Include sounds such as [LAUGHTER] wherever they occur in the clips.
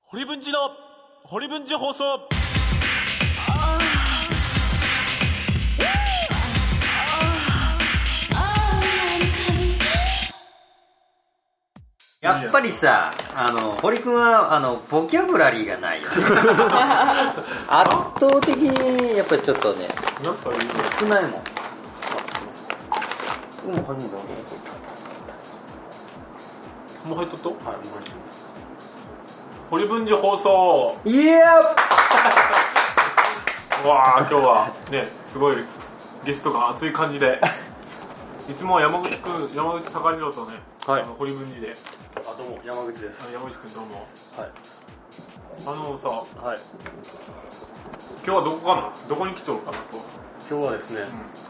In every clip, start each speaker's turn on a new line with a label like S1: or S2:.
S1: 堀文治の堀文治放送
S2: やっぱりさあの堀君はあのボキャブラリーがないよね圧倒的にやっぱりちょっとね
S3: なんすか
S2: 少ないもんもう初めて
S1: もう入っとっと堀文治放送
S2: いや
S1: うわあ今日はねすごいゲストが熱い感じでいつもは山口くん山口盛郎とね、
S3: はい
S1: あの堀文治で
S3: あどうも山口です
S1: あの山口くんどうも
S3: はい
S1: あのさ
S3: はい
S1: 今日はどこかなどこに来とるかなと
S3: 今日はですね、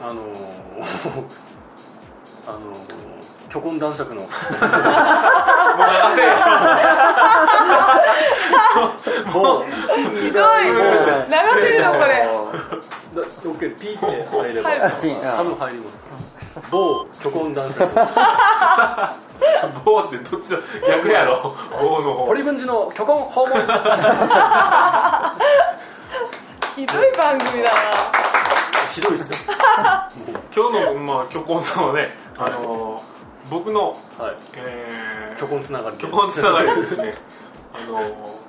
S3: あのー [LAUGHS] あのー虚婚男 [LAUGHS] 爵の
S2: ーもうひどいもう
S4: 流せるのこれ
S3: だ OK ピーって入れば
S4: 入る
S3: 多分入ります某虚婚男 [LAUGHS] 爵
S1: 棒ってどっちだ逆や
S3: [LAUGHS]
S1: ろ棒の方
S3: 堀文治の虚婚訪 [LAUGHS] 問
S4: ひどい番組だな
S3: ひどいっすよ
S1: 今日のまあ巨根さんはねあの僕の
S3: はい
S1: えー
S3: 虚婚つながりで
S1: 巨根つながりでですねあの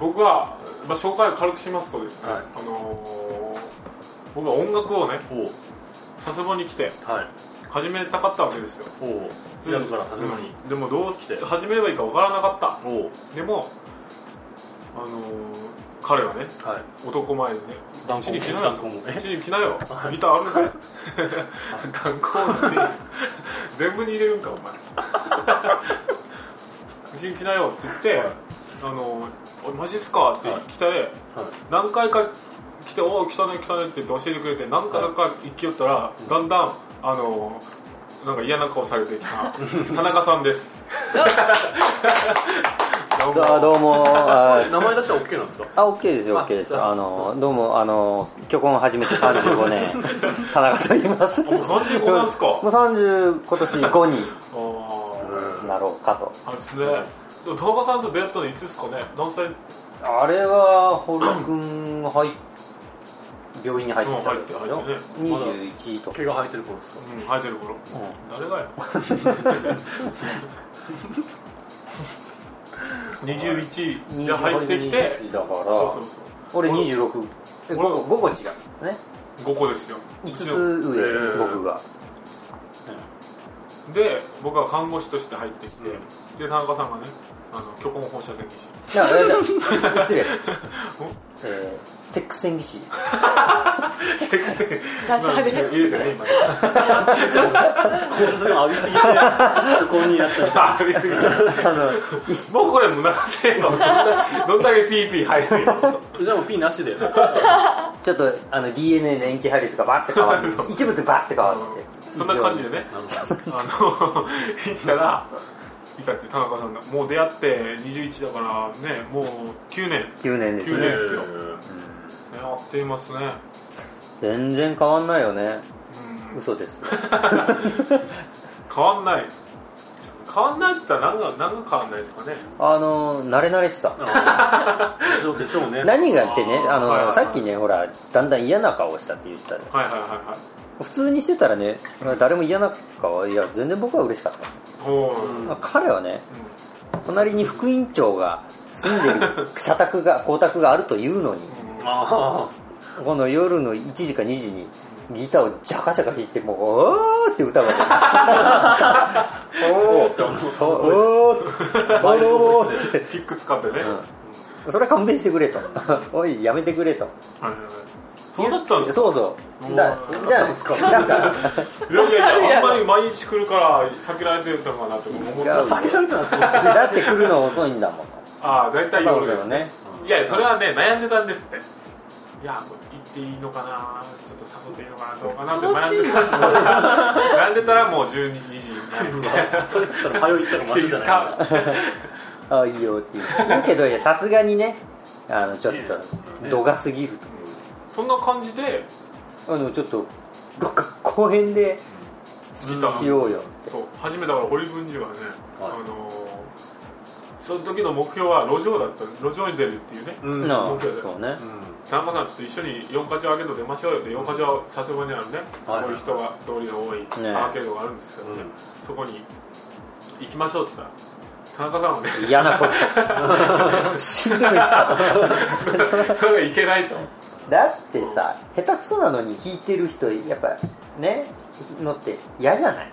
S1: 僕は、まあ、紹介を軽くしますとですね、
S3: はい
S1: あの僕は音楽をね
S3: おう
S1: 佐世保に来て
S3: はい
S1: 始めたかったわけですよ
S3: おう平野から始まり、
S1: うんでもどうして始めればいいかわからなかった
S3: おう
S1: でもあの彼はね
S3: はい
S1: 男前でね
S3: 断
S1: うちに来
S3: 交
S1: な
S3: も
S1: よ
S3: 断交も
S1: う
S3: え
S1: ちに来なよギターあるんかい断交って全部に入れるんかお [LAUGHS] 前うちに来なよって言ってあのおいマジっすかって来て、
S3: は
S1: 何回か来て「おお来たね来たね」って言って教えてくれて何回か行きよったら、だんだんあのなんか嫌な顔されて [LAUGHS] きた田中さん [LAUGHS] ですどうも
S2: あどうもあ
S3: い
S2: ー
S3: 名前出したら OK なんですか
S2: あ OK ですよ
S3: あ
S2: OK です
S3: そう
S2: あのどうもあの虚婚を始めて35年田中と言います
S1: もう35なんす [LAUGHS] か
S2: [LAUGHS] もう30今年5に
S1: あー
S2: なろうかと
S1: あれですねでも田中さんと出会ったのいつですかね男性
S2: あれは堀君が入っ病院に入ってきた時でしょ
S1: うん入って入って
S2: 21時とか
S3: 毛が生えてる頃ですか
S1: うん生えてる頃、誰がや [LAUGHS] 21で入ってきて
S2: 21だから
S1: そうそう
S2: 俺26え5
S1: 俺
S2: 個5個違うね
S1: そう5個ですよ
S2: 5つ上、
S3: えー
S2: 僕が
S1: で僕は看護師として入ってきて、で田中さんがねあの虚婚放射線技師
S2: だからあれだよ失
S1: [LAUGHS]
S2: 礼、えー、セックス演技師
S4: ダジ
S1: まあ
S4: ャレ
S1: [LAUGHS] 入れてね今ね
S3: それ浴びすぎて虚婚になった
S1: ありすぎたもうこれ胸がせえのどんだどんだけピーピー入ってるの
S3: じゃあ [LAUGHS] もうピーなしで
S2: ちょっとあの DNA の塩基配列がバッて
S1: [LAUGHS]
S2: 変わる一部でバッて変わって
S1: そんな感じでねあの行ったら行ったって田中さんがもう出会って21だからねもう9年
S2: 9年です
S1: 9年
S2: ね
S1: ですよねあっという間ですね
S2: 全然変わんないよね
S1: うん
S2: 嘘です
S1: 変わんない変わんないって言ったら何が何が変わんないですかね
S2: あの慣れ慣れしさ
S3: でしょうでしょうね
S2: 何がってね
S1: あー
S2: あの、
S1: はいはい
S2: さっきねほらだんだん嫌な顔したって言ってたね
S1: はいはいはいはい
S2: 普通にしてたらね誰も嫌な顔いや全然僕は嬉しかった
S1: おー
S3: うん、
S2: 彼はね隣に副院長が住んでる社宅が光沢があるというのに
S3: あ
S2: この夜の1時か2時にギターをジャカジャカ弾いてもうおーって歌うわけおーそうおーおーって
S1: ピック使ってね、はい
S2: それは勘弁してくれと [LAUGHS] おいやめてくれと
S1: はいはいそうだったんですか
S2: そうそうだじゃあだから
S1: いやいやいやあんまり毎日来るから避けられてるのかなって僕思っ
S2: 違う
S1: た
S2: よ
S3: あ避けられたんですか
S2: だって来るの遅いんだもん
S1: ああ大体
S2: そう
S1: 夜
S2: だよね
S1: いやそれはね悩んでたんですっていやもう行っていいのかなちょっと誘っていいのかなどうかなって悩んでたんですよ悩んでたらもう12時2時になるみたいな
S3: それだったら早いったらマシじゃない
S1: か
S2: あいいよっていうだけどいやさすがにねあのちょっと度が過ぎる
S1: そんな感じで
S2: とあのちょっとどっか公園でし
S1: ギター
S2: しようよって
S1: そう初めだから堀文治がね、
S3: はい
S1: あのーその時の目標は路上だった路上に出るっていうね
S3: うん
S2: な
S1: う
S2: あ
S1: ん
S2: そうね
S1: 田中さんちょっと一緒に四カ条アーケード出ましょうよって四カ条さすがにあるねす
S3: はい
S1: ごい人が通りが多い
S2: ね
S1: アーケードがあるんですけどね
S3: うん
S1: そこに行きましょうって言ったら田中さんはね [LAUGHS]
S2: 嫌なこと死んでもいいか
S1: それが行けないと
S2: とだってさ下手くそなのに弾いてる人やっぱねのって嫌じゃない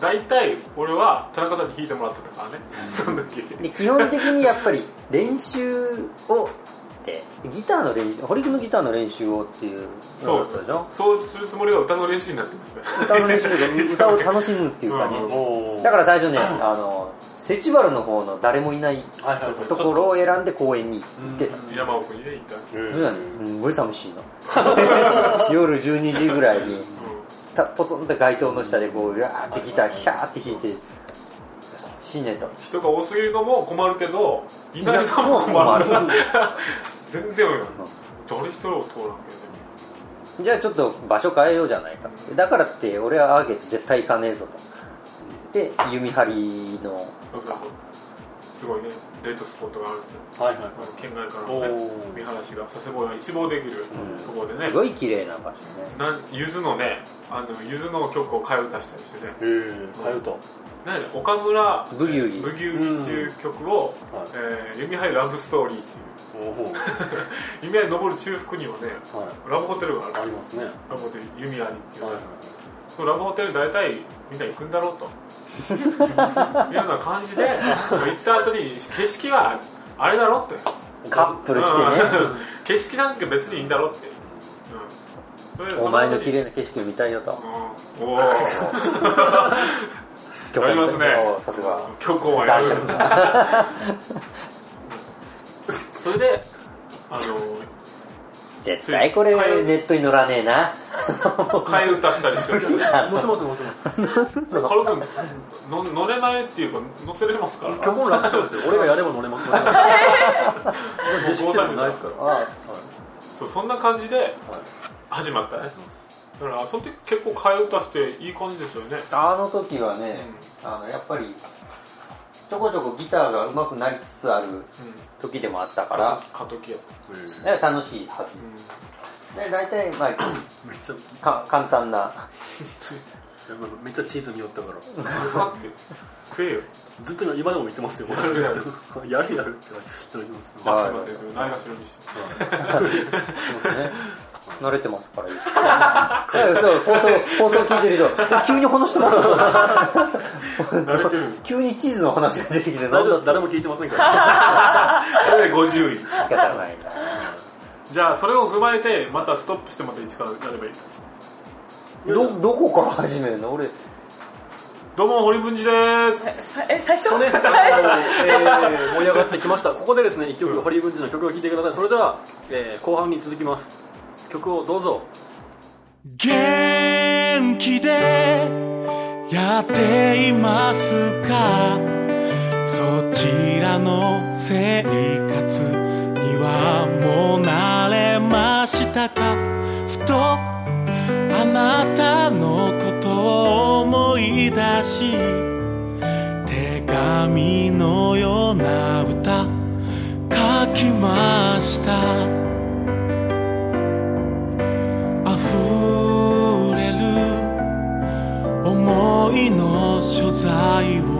S1: 大体俺は田中さんに弾いてもらってたからねその時
S2: で基本的にやっぱり練習をってギターの練習堀君のギターの練習をっていう
S1: そう
S2: だったでしょ
S1: そうするつもりが歌の練習になってました
S2: 歌の練習というか歌を楽しむっていうかね
S1: うん
S3: おー
S2: だから最初ねあのセチバルの方の誰もいない
S3: はいはいはい
S2: ところを選んで公園に行ってた
S1: 山奥にね行った
S3: うん
S2: そうだねすごい寂しいの [LAUGHS] 夜12時ぐらいにたポツンと街灯の下でこうやーってギターヒャーって弾いて寂しいねと
S1: 人が多すぎるのも困るけどいないのも困る全然わかんない誰一人を通らんけどね
S2: じゃあちょっと場所変えようじゃないかってだからって俺はアーゲット絶対行かねえぞとで弓張りの
S1: そうそうそうすごいねデートスポットがあるんですよ
S3: はいはい
S1: あの県外からのね
S3: おー
S1: 見晴らしが佐世保が一望できる
S2: ん
S1: ところでね
S2: すごい綺麗な場所ね
S1: なん柚子のねあの柚子の曲を替え歌したりしてね
S3: えー通うと
S1: なんで岡村
S2: ブギウギ
S1: ブギウギっていう曲を「
S3: はい
S1: えー、弓ハイラブストーリー」っていう
S3: おおは
S1: 弓矢に登る中腹にはねラブホテルがある
S3: いありますねは
S1: ラブホテル弓矢にってい、
S3: いうはい
S1: そのラブホテル大体みんな行くんだろうというような感じで行った後に景色はあれだろって
S2: カップル来てね
S1: うん景色なんて別にいいんだろって、うんそれで
S2: [LAUGHS] お前の
S1: そ
S2: 綺麗な景色見たいよと
S1: 後にうんおー
S2: 許可
S1: ありますね
S2: おさすが
S1: 虚構はや
S2: 男
S1: る
S2: 爵だ
S1: [LAUGHS] それであ
S2: 絶対これネットに載らねえな
S1: の替え歌したりしてるじゃない
S3: もしもしもしもし
S1: カロ君の乗れないっていうか乗せれますから
S3: 今日も楽勝ですよ俺がやれば乗れます自粛してもないですから
S2: あ
S1: そうそんな感じで始まったねだからその時結構替え歌していい感じですよね
S2: あの時はね、あのやっぱりちょこちょこギターが上手くなりつつある時でもあったから
S1: 過渡期やった
S2: だから楽しいはずで大体、まあ、
S3: めっちゃ
S2: か簡単な
S3: めっちゃチーズに寄ったから
S1: パッて食えよ
S3: ずっと今でも見てますよ [LAUGHS] やる
S1: る
S3: や
S1: や
S3: る
S1: る
S3: ってやるやるって言ってます
S1: あすいませんすいませんないがしろにして
S2: そうですね [LAUGHS] 慣れてますからいい [LAUGHS] そう放送放送聞いてると急にこの人なん [LAUGHS] だ
S1: 慣れてる
S2: 急にチーズの話が出てきて
S3: [LAUGHS] 大丈夫
S2: だ
S3: です誰も聞いてませんから
S1: それで50位
S2: 仕方ないな
S1: じゃあそれを踏まえてまたストップしてまた一からやればいい
S2: どどこから始めるの俺
S1: どうも堀文治です
S4: え最初、は
S3: ね、
S4: い
S3: えー盛り上がってきましたここでですね1曲堀井文治の曲を聴いてくださいそれでは、えー後半に続きます曲をどうぞ
S5: 元気でやっていますかそちらの生活にはもう慣れましたかふとあなたのことを思い出し手紙のような歌書きました溢れる思いの所在を